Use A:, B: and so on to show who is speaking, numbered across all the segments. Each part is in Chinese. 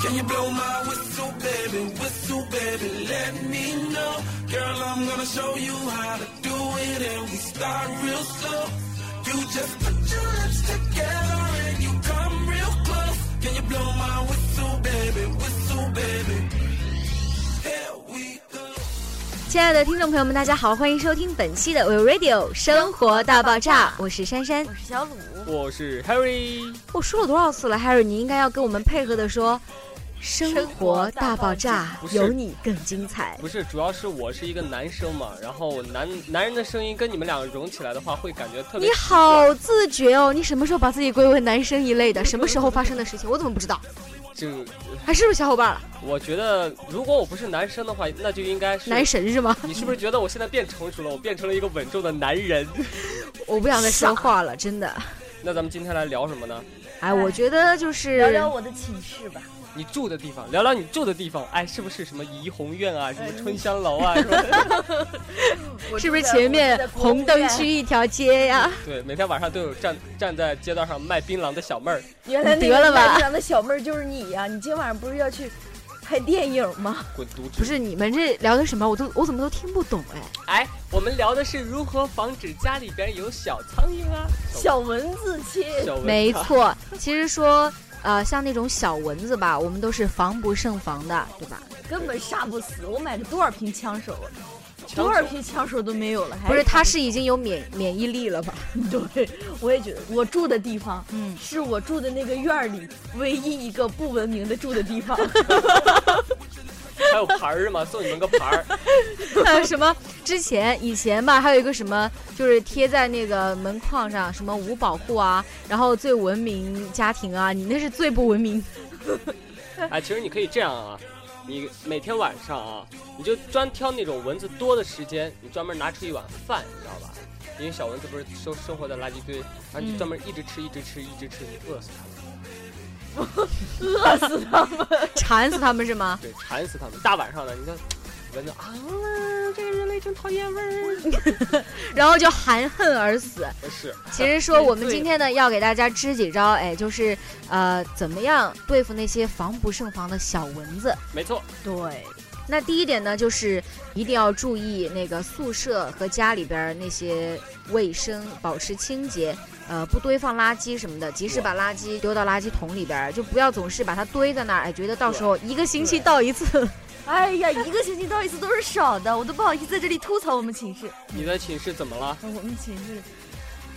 A: Can you blow my whistle, baby? Whistle, baby, let me know. Girl, I'm gonna show you how to do it, and we start real slow. You just put your lips together and you come real close. Can you blow my whistle, baby? Whistle, baby. Here we go.
B: 亲爱的听众朋友们，大家好，欢迎收听本期的 We Radio 生活大爆炸，我是珊珊
C: 我。是小鲁，
D: 我是 Harry，
B: 我说了多少次了，Harry，你应该要跟我们配合的说，生活大爆炸
D: 不是
B: 有你更精彩。
D: 不是，主要是我是一个男生嘛，然后男男人的声音跟你们俩融起来的话，会感觉特
B: 你
D: 别。
B: 好自觉哦，你什么时候把自己归为男生一类的？什么时候发生的事情？我怎么不知道？
D: 这个，
B: 还是不是小伙伴了？
D: 我觉得如果我不是男生的话，那就应该是
B: 男。神是吗？
D: 你是不是觉得我现在变成熟了？我变成了一个稳重的 男人。
B: 我不想再说话了，真的。
D: 那咱们今天来聊什么呢？
B: 哎，我觉得就是
C: 聊聊我的寝室吧。
D: 你住的地方，聊聊你住的地方，哎，是不是什么怡红院
B: 哎
D: 啊，什么春香楼 啊？什么
C: 嗯我
B: 是不是
C: 住在
B: 前面
C: 我住在国务
B: 红灯
C: 院
B: 区一条街呀、
D: 对，每天晚上都有站站在街道上卖槟榔的小妹儿，
C: 原来那
B: 得
C: 个
B: 了吧
C: 南阳的小妹儿就是你呀、你今晚上不是要去拍电影吗？
D: 滚犊子！
B: 不，是你们这聊的什么？我都我怎么都听不懂哎。
D: 哎，我们聊的是如何防止家里边有小苍蝇啊，
C: 小蚊子亲，
D: 小蚊
B: 没
D: 子啊
B: 错，其实说呃，像那种小蚊子吧，我们都是防不胜防的，对吧？
C: 根本杀不死。我买了多少瓶枪手啊？
D: 抢
C: 多少
D: 手
C: 瓶枪手都没有了，还
B: 不是，它
C: 他
B: 是已经有免免疫力了吧？
C: 对，我也觉得我住的地方
B: 嗯，
C: 是我住的那个院儿里唯一一个不文明的住的地方。
D: 还有牌儿吗？送你们个 牌儿，
B: 还有什么？之前以前吧，还有一个什么，就是贴在那个门框上，什么无保护啊，然后最文明家庭啊，你那是最不文明。
D: 哎，其实你可以这样啊，你每天晚上啊，你就专挑那种蚊子多的时间，你专门拿出一碗饭，你知道吧？因为小蚊子不是生生活在垃圾堆，然后你就专门一直吃，一直吃，一直吃，你饿死它们，
C: 饿死他们！
B: 馋死他们是吗？
D: 对，馋死它们。大晚上的，你看蚊子啊，这个人类真讨厌味儿。
B: 然后就含恨而死。
D: 是，
B: 其实说我们今天呢，要给大家支几招，哎，就是呃，怎么样对付那些防不胜防的小蚊子。
D: 没错，
C: 对，
B: 那第一点呢，就是一定要注意那个宿舍和家里边儿那些卫生，保持清洁，呃，不堆放垃圾什么的，及时
D: 对
B: 把垃圾丢到垃圾桶里边儿，就不要总是把它堆在那儿，哎，觉得到时候一个星期
D: 对
B: 倒一次。
C: 哎呀，一个星期到一次都是少的，我都不好意思在这里吐槽我们寝室。
D: 你的寝室怎么 了？
C: 我们寝室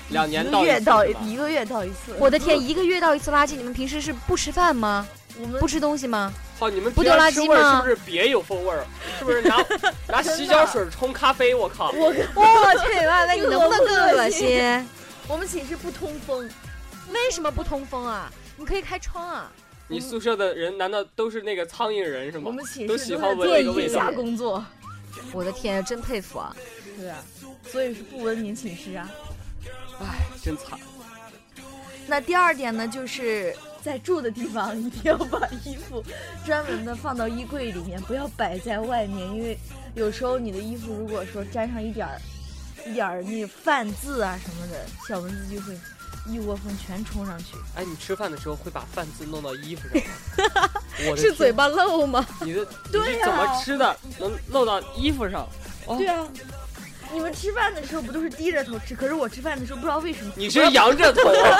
D: 两年
C: 一个
D: 到
C: 月
D: 次
C: 到
D: 是吧
C: 一个月到一次。
B: 我的天，一个月倒一次垃圾，你们平时是不吃饭吗？
C: 我们
B: 不吃东西吗？
D: 好，哦你们
B: 不
D: 平
B: 丢
D: 常
B: 垃
D: 吃
B: 圾
D: 味儿
B: 吗
D: 是不是别有风味儿？是不 是拿拿洗脚水冲咖啡？我靠！
C: 我
B: 我去妈，那你能不能更恶
C: 恶心
B: 心？
C: 我们寝室不通风，
B: 为什么不通风啊？你可以开窗啊。
D: 你宿舍的人难道都是那个苍蝇人是
C: 嗯我
D: 吗？
C: 们寝室
D: 都
C: 都
D: 喜
C: 是
D: 欢闻
C: 做
D: 那个味
C: 一
D: 道
C: 下。工作，
B: 我的天，真佩服啊！
C: 对啊，所以是不文明寝室啊。
D: 唉，真惨。
C: 那第二点呢，就是在住的地方一定要把衣服专门的放到衣柜里面，不要摆在外面，因为有时候你的衣服如果说沾上一点儿一点儿那饭渍啊什么的，小蚊子就会一窝蜂全冲上去。
D: 哎，你吃饭的时候会把饭渍弄到衣服上吗？ 我的
B: 是
D: 天
B: 嘴，巴漏吗？
D: 你的
C: 对啊呀
D: 你是怎么吃的能漏到衣服上？哦
C: 对啊，你们吃饭的时候不都是低着头吃？可是我吃饭的时候不知道为什么，
D: 你是仰着头啊，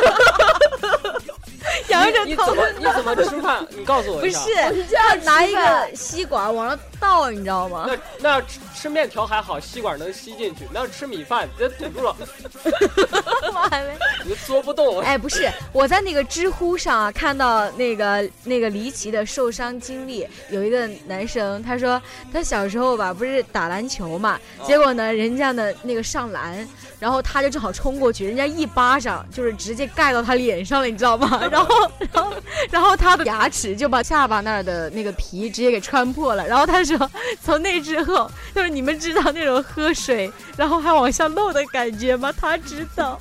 B: 仰着
D: 你
B: 头
D: 怎么你怎么吃饭？你告诉我
B: 不
D: 一
B: 是
D: 下。，
C: 是这 样
B: 拿一
C: 吃饭
B: 个吸管往上倒，你知道 吗？
D: 那那要吃吃面条还好，吸管能吸进去；那要吃米饭，直接堵住了，你就嘬不动。啊
B: 哎，不是，我在那个知乎上啊看到那个那个离奇的受伤经历，有一个男生，他说他小时候吧，不是打篮球嘛，
D: 哦
B: 结果呢，人家的那个上篮，然后他就正好冲过去，人家一巴掌就是直接盖到他脸上了，你知道吗？ 然后然后然后他的牙齿就把下巴那儿的那个皮直接给穿破了，然后他说从那之后，就是你们知道那种喝水然后还往下漏的感觉吗？他知道。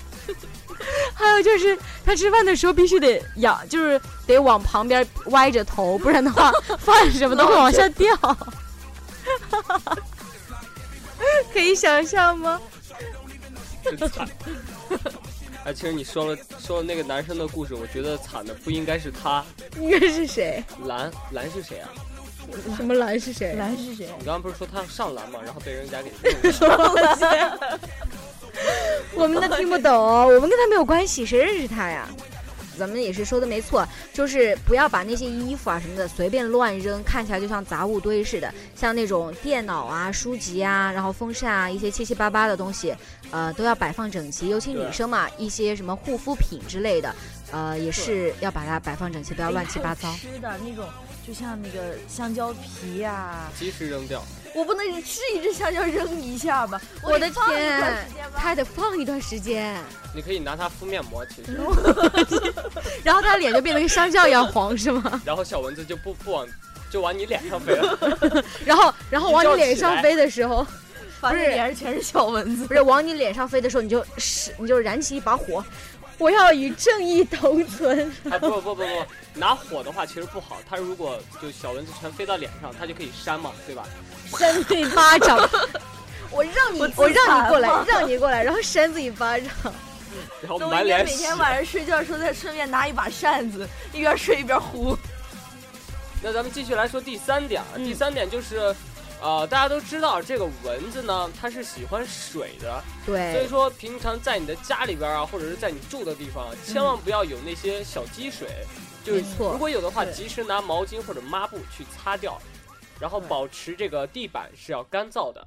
B: 还有就是，他吃饭的时候必须得仰，就是得往旁边歪着头，不然的话饭什么都会往下掉。可以想象吗？
C: 哎
D: 真惨。 哎，其实你说了说了那个男生的故事，我觉得惨的不应该是他，
B: 那个是谁？
D: 蓝蓝是谁啊？
B: 什么蓝是 谁？
C: 蓝是谁？
D: 你刚刚不是说他上蓝吗？然后被人家给弄了。
B: 我们都听不懂， 我们跟他没有关系，谁认识他呀？咱们也是说的没错，就是不要把那些衣服啊什么的随便乱扔，看起来就像杂物堆似的。像那种电脑啊、书籍啊，然后风扇啊，一些七七八八的东西，呃，都要摆放整齐。尤其女
D: 对
B: 生嘛，一些什么护肤品之类的，呃，也是要把它摆放整齐，不要 乱七八糟
C: 哎。还有吃的那种，就像那个香蕉皮啊呀、
D: 及时扔掉，
C: 我不能吃一只香蕉扔一下吧？
B: 我的
C: 得放一段
B: 天
C: 时间，吧。
B: 他得放一段时间，
D: 你可以拿它敷面膜，其实，
B: 然后他脸就变得跟香蕉一样黄，是
C: 嗯
B: 吗？
D: 然后小蚊子就不不往，就往你脸上飞了。
B: 然后，然后往你脸上飞的时候，
C: 反正
B: 不是
C: 脸上全是小蚊子
B: 不。是往你脸上飞的时候，你就是你就燃起一把火，我要与正义同存。
D: 哎，不不不不，拿火的话其实不好，它如果就小蚊子全飞到脸上，它就可以扇嘛，对吧？
B: 扇自己一巴掌。 我让你，
C: 我
B: 我
C: 自残
B: 让你过来
C: 吗，
B: 让你过来，然后扇自己一巴掌。
D: 然后
C: 等我
D: 满
C: 应该
D: 脸
C: 每
D: 血
C: 天。晚上睡觉的时候，再顺便拿一把扇子，一边睡一边呼。
D: 那咱们继续来说第三点啊，
B: 嗯
D: 第三点就是，呃，大家都知道这个蚊子呢，它是喜欢水的，所以
B: 对，
D: 说，平常在你的家里边啊，或者是在你住的地方啊，千万不要有那些小积水。就
B: 嗯
D: 是
B: 没错
D: 如果有的话，
C: 对
D: 及时拿毛巾或者抹布去擦掉，然后
B: 嗯
C: 对
D: 保持这个地板是要干燥的。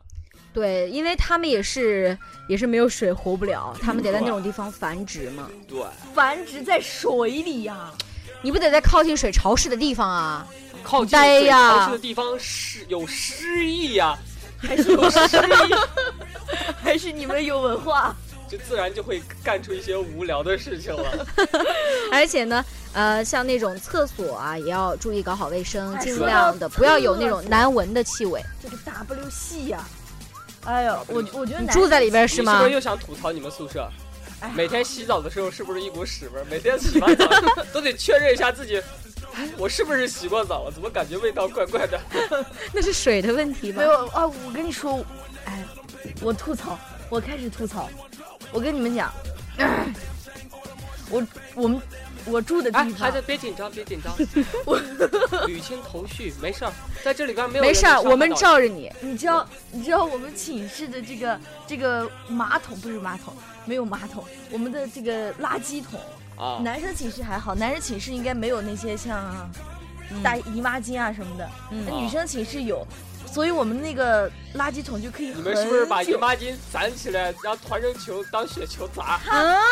B: 对，因为他们也是也是没有水活不了，他们得在
D: 对
B: 那种地方繁殖嘛。
D: 对，
C: 繁殖在水里呀、
B: 你不得在靠近水潮湿的地方啊？
D: 靠近
B: 呆
D: 水
B: 呀
D: 潮湿的地方是有啊诗意呀、
C: 还是有诗意，还是你们有文化？
D: 就自然就会干出一些无聊的事情了。
B: 而且呢，呃，像那种厕所啊，也要注意搞好卫生，
C: 哎
B: 尽
D: 说到
B: 量的不要有那
C: 厕
B: 种
C: 所
B: 难闻的气味。
C: 这个 W 系呀、哎呦，我我觉得
B: 你
C: 男
B: 住在里边是
D: 你是
B: 吗
D: 不是？又想吐槽你们宿舍
C: 哎呀？
D: 每天洗澡的时候是不是一股屎味儿？每天洗完澡都得确认一下自己，哎，我是不是洗过澡了？怎么感觉味道怪怪的？
B: 那是水的问题吧
C: 没？有啊！我跟你说，哎，我吐槽，我开始吐槽。我跟你们讲，哎我我们我住的地
D: 哎，
C: 方，
D: 孩子别紧张，别紧张，
C: 我
D: 捋清头绪，没事儿，在这里边没有
B: 没
D: 人
B: 事儿，
D: 能伤
B: 我们
D: 害到
B: 罩着你。
C: 你知道你知道我们寝室的这个这个马桶不是马桶，没有马桶，我们的这个垃圾桶，
D: 你啊。
C: 男生寝室还好，男生寝室应该没有那些像
B: 嗯
C: 大姨妈巾啊什么的，那
B: 嗯
D: 哦
C: 女生寝室有，所以我们那个垃圾桶就可以
D: 你
C: 很久。
D: 们是不是把姨妈巾攒起来，然后团成球当雪球砸？
B: 啊，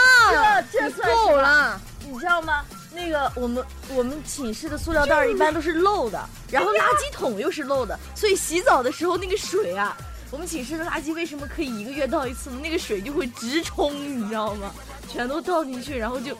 C: 这这
B: 你
C: 算是
B: 够了。
C: 你知道吗？那个我们我们寝室的塑料
B: 嗯
C: 袋儿一般都是漏的，然后垃圾桶又是漏的，所以洗澡的时候那个水啊，我们寝室的垃圾为什么可以一个月倒一次呢？那个水就会直冲，你知道吗？全都倒进去，然后就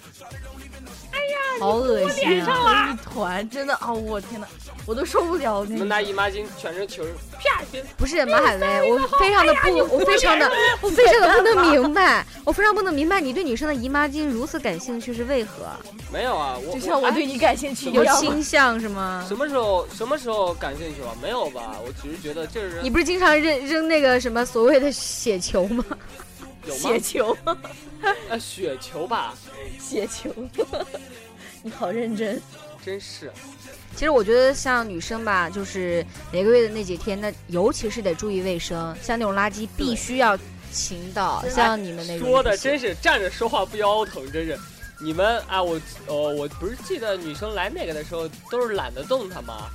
B: 好恶心啊！
C: 成一团，真的啊、我天哪，我都受不了。我
D: 你
C: 跟
D: 们
C: 你
D: 拿
C: 讲，
D: 姨妈巾卷成球，啪一边
B: 不是马海威，我非常的不，我非常的，我非常的不能明白，我非常不能明白你对女生的姨妈巾如此感兴趣是为何？
D: 没有啊？ 我
C: 就像我
D: 哎
C: 对你感兴趣一
B: 有
C: 样。
B: 倾向是吗
D: 什？么时候什么时候感兴趣了？没有吧？我只是觉得这人
B: 你不是经常扔扔那个什么所谓的血球吗？
D: 有吗
C: 雪？球，
D: 呃，雪球吧，
C: 雪球， 你好认真。
D: 真是
B: 其实我觉得像女生吧，就是每个月的那几天，那尤其是得注意卫生，像那种垃圾必须要勤倒，
C: 对
B: 像你们那种
D: 说的
B: 不行
D: 真是站着说话不腰疼，真是。你们啊，我呃，我不是记得女生来那个的时候都是懒得动它吗？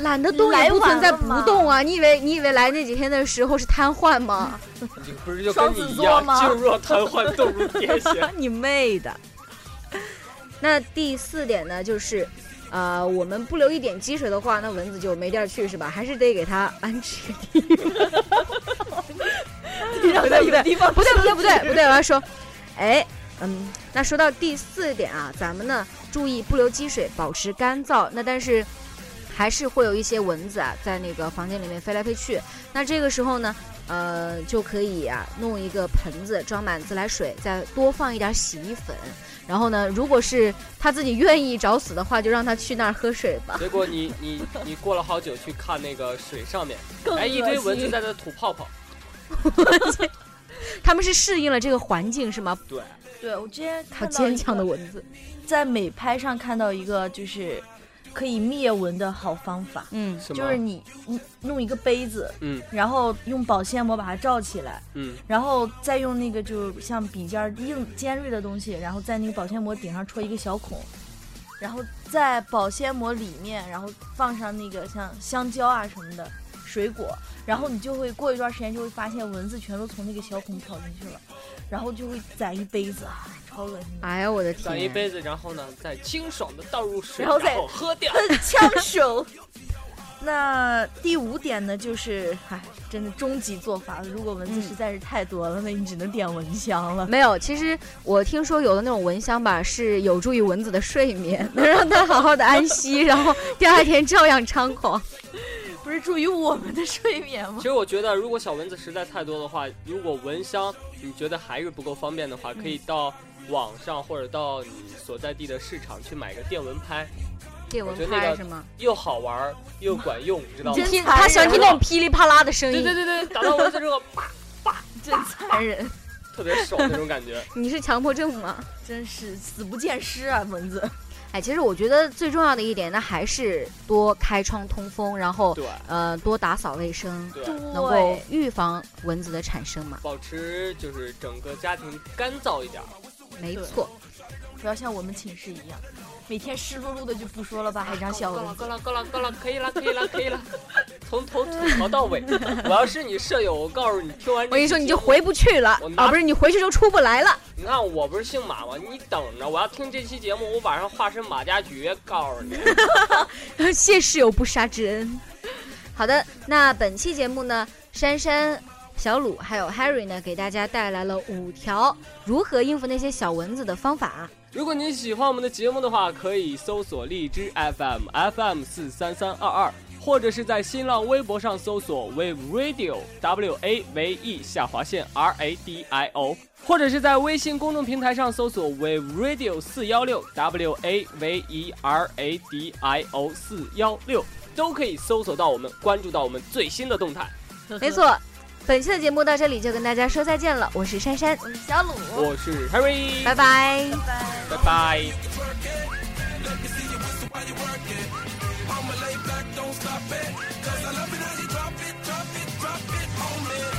B: 懒得动也不存在
C: 来晚了
B: 不
C: 嘛
B: 动啊！你以为你以为来那几天的时候是瘫痪吗？
D: 你不是就
C: 双
D: 跟
C: 子
D: 你一
C: 座
D: 样，
C: 吗
D: 静若瘫痪，动如铁 血。
B: 啊你妹的！那第四点呢，就是，呃，我们不留一点积水的话，那蚊子就没地儿去，是吧？还 是得给它安置一个地
C: 让他有地方
B: 不对不对不对不 对，我要说， 哎，嗯，那说到第四点啊，咱们呢注意不留积水，保持干燥。那但是还是会有一些蚊子啊，在那个房间里面飞来飞去。那这个时候呢，呃，就可以啊弄一个盆子装满自来水，再多放一点洗衣粉。然后呢，如果是他自己愿意找死的话，就让他去那儿喝水吧。
D: 结果你你你过了好久去看那个水上面，
C: 更
D: 哎，一堆蚊
C: 恶
D: 子
C: 心
D: 在那吐泡泡，
B: 他们是适应了这个环境是吗？
D: 对，
C: 对我之前
B: 好
C: 看到
B: 坚
C: 一
B: 强的
C: 个
B: 蚊子。
C: 在美拍上看到一个就是可以灭蚊的好方法，
B: 嗯
D: 什么？
C: 就是你你弄一个杯子，
D: 嗯
C: 然后用保鲜膜把它罩起来，
D: 嗯，
C: 然后再用那个就像笔尖儿硬尖锐的东西，然后在那个保鲜膜顶上戳一个小孔，然后在保鲜膜里面，然后放上那个像香蕉啊什么的水果，然后你就会过一段时间就会发现蚊子全都从那个啊小孔跑进去了，然后就会攒一杯子啊，超恶心的。
B: 哎呀，我的
D: 攒一
B: 天！
D: 杯子，然后呢，再清爽的倒入水，
C: 然后再
D: 喝 掉。
C: 枪手。那第五点呢，就是，唉，真的终极做法了。如果蚊子
B: 嗯
C: 实在是太多了，那你只能点蚊香了。
B: 啊没有，其实我听说有的那种蚊香吧，是有助于蚊子的睡眠，能让它好好的安息，然后第二天照样猖 狂。
C: 不是助于我们的睡眠吗
D: 其？实我觉得，如果小蚊子实在太多的话，如果蚊香你觉得还是不够方便的话，可
B: 嗯
D: 以到网上或者到你所在地的市场去买个电蚊拍，
B: 电蚊
D: 我觉得那
B: 拍
D: 个
B: 是吗？
D: 又好玩儿又管用，知道吗
B: 你？
C: 真
B: 听
C: 残
B: 他喜欢
C: 忍
B: 听那种噼里啪啦的声
D: 对
B: 音
D: 对。对对，打到蚊子之后，啪，
C: 真残忍，
D: 特别爽那种 感觉。
B: 你是强迫症吗？
C: 真是死不见尸啊，蚊子。
B: 哎，其实我觉得最重要的一点，那还是多开窗通风，然后
D: 对
B: 呃多打扫卫生，
D: 对，
B: 能够预防蚊子的产生嘛。
D: 保持就是整个家庭干燥一点儿。
B: 没
C: 对
B: 错，
C: 不要像我们寝室一样，每天湿漉漉的就不说了吧，还长小蚊子。
D: 够了够了够了，可以了可以了可以了，从头吐槽到尾。我要是你舍友，我告诉你，听完这
B: 我跟你说
D: 期
B: 你
D: 节
B: 就
D: 目
B: 回不去了
D: 我拿
B: 啊，不是你回去就出不来了。
D: 你看我不是姓马吗？你等着，我要听这期节目，我晚上化身马加爵，告诉你。
B: 谢室友不杀之恩。好的，那本期节目呢，珊珊、小鲁还有 Harry 呢，给大家带来了五条如何应付那些小蚊子的方法。啊
D: 如果您喜欢我们的节目的话，可以搜索荔枝 FM FM 四三三二二，或者是在新浪微博上搜索 Wave Radio W A V E 下划线 R A D I O，或者是在微信公众平台上搜索 Wave Radio 四幺六 W A V E R A D I O 四幺六，都可以搜索到我们，关注到我们最新的动态。
B: 没，错，本期的节目到这里就跟大家说再见了。我是珊珊，
C: 我是小鲁。
D: 我是 Harry，
B: 拜拜。
D: 拜拜。
A: I'ma lay back, don't stop it. Cause I love it how you drop it, drop it, drop it on me.